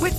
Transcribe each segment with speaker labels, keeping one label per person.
Speaker 1: With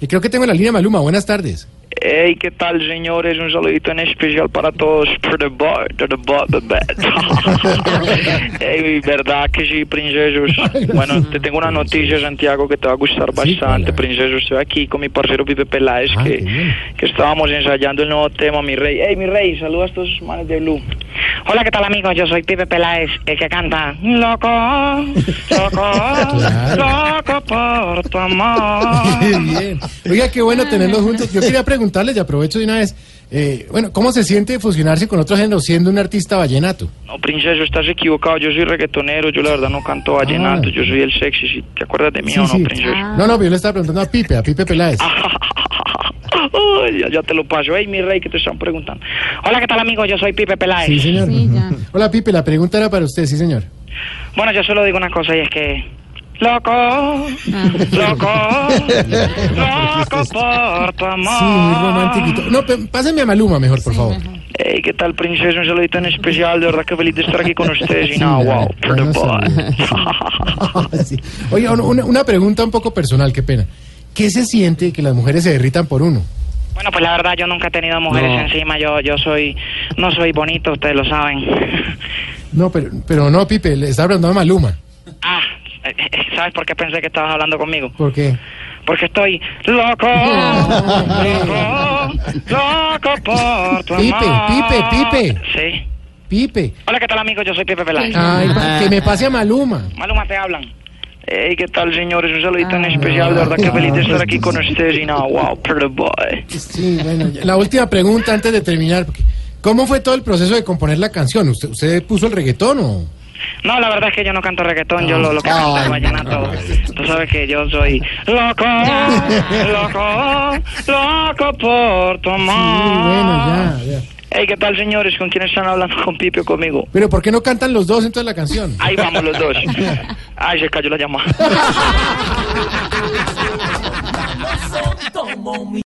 Speaker 2: Y creo que tengo en la línea Maluma. Buenas tardes.
Speaker 3: Hey, ¿qué tal, señores? Un saludito en especial para todos. Por the bar, to the bar, the bad. Hey, verdad que sí, princesos. Bueno, te tengo una noticia, Santiago, que te va a gustar
Speaker 2: Sí,
Speaker 3: bastante,
Speaker 2: hola.
Speaker 3: princesos. Estoy aquí con mi parcero Pipe Peláez,
Speaker 2: Ah,
Speaker 3: que,
Speaker 2: qué bien.
Speaker 3: que estábamos ensayando el nuevo tema, mi rey. Hey, mi rey, saluda a estos manes de Blue.
Speaker 4: Hola, ¿qué tal, amigos? Yo soy Pipe Peláez, el que canta Loco, loco, loco por tu amor.
Speaker 2: Qué bien. Oiga, qué bueno tenerlos juntos. Yo quería preguntarles, y aprovecho de una vez, eh, bueno, ¿cómo se siente fusionarse con otro género siendo un artista vallenato?
Speaker 3: No, princeso, estás equivocado. Yo soy reggaetonero. Yo la verdad no canto
Speaker 2: Ah.
Speaker 3: vallenato. Yo soy el sexy. Si te acuerdas de mí o no, Ah. princeso.
Speaker 2: No, no, pero yo le estaba preguntando a Pipe, a Pipe Peláez.
Speaker 3: Ay, ya, ya te lo paso. Ey, mi rey, que te están preguntando.
Speaker 4: Hola, ¿qué tal, amigos? Yo soy Pipe Peláez.
Speaker 2: Sí, señor. Hola, Pipe, la pregunta era para usted, sí, señor.
Speaker 4: Bueno, yo solo digo una cosa y es que... Loco,
Speaker 2: Ah.
Speaker 4: loco, loco por tu
Speaker 3: Ah.
Speaker 4: amor.
Speaker 2: Sí, muy romántico. No, pe- pásenme a Maluma mejor, por favor.
Speaker 3: Hey, ¿qué tal, princesa? Un saludito en especial. De verdad que feliz de estar aquí con ustedes. Y no,
Speaker 2: Sí,
Speaker 3: wow,
Speaker 2: la-
Speaker 3: pretty
Speaker 2: buenos saludos. Ah, Sí. Oiga, un- una, una pregunta un poco personal, qué pena. ¿Qué se siente que las mujeres se derritan por uno?
Speaker 4: Bueno, pues la verdad yo nunca he tenido mujeres encima. Yo, yo soy, no soy bonito, ustedes lo saben.
Speaker 2: No, pero, pero no, Pipe, le estaba preguntando a Maluma.
Speaker 4: Ah, eh, eh, ¿sabes por qué pensé que estabas hablando conmigo?
Speaker 2: ¿Por qué?
Speaker 4: Porque estoy loco, loco, loco por tu
Speaker 2: Pipe,
Speaker 4: amor.
Speaker 2: Pipe, Pipe.
Speaker 4: Sí.
Speaker 2: Pipe.
Speaker 4: Hola, ¿qué tal, amigo? Yo soy Pipe Peláez.
Speaker 2: Ay, pa- que me pase a Maluma.
Speaker 4: Maluma, te hablan.
Speaker 3: Hey, ¿qué tal, señores? Un saludito
Speaker 2: Ah.
Speaker 3: en especial. De verdad que feliz de estar aquí con ustedes. Y no, wow, pretty boy.
Speaker 2: Sí, bueno, ya- la última pregunta antes de terminar. porque ¿Cómo fue todo el proceso de componer la canción? ¿Usted, usted puso el reggaetón o...?
Speaker 4: No, la verdad es que yo no canto reggaetón, yo lo, lo que canto es vallenato. Tú sabes que yo soy loco, loco, loco por tu
Speaker 3: Ah.
Speaker 4: amor.
Speaker 2: bueno, ya, ya.
Speaker 3: Hey, ¿qué tal, señores? ¿Con quién están hablando? ¿Con Pipe o conmigo?
Speaker 2: Pero ¿por qué no cantan los dos entonces la canción?
Speaker 3: Ahí vamos los dos. Ay, se cayó la llamada.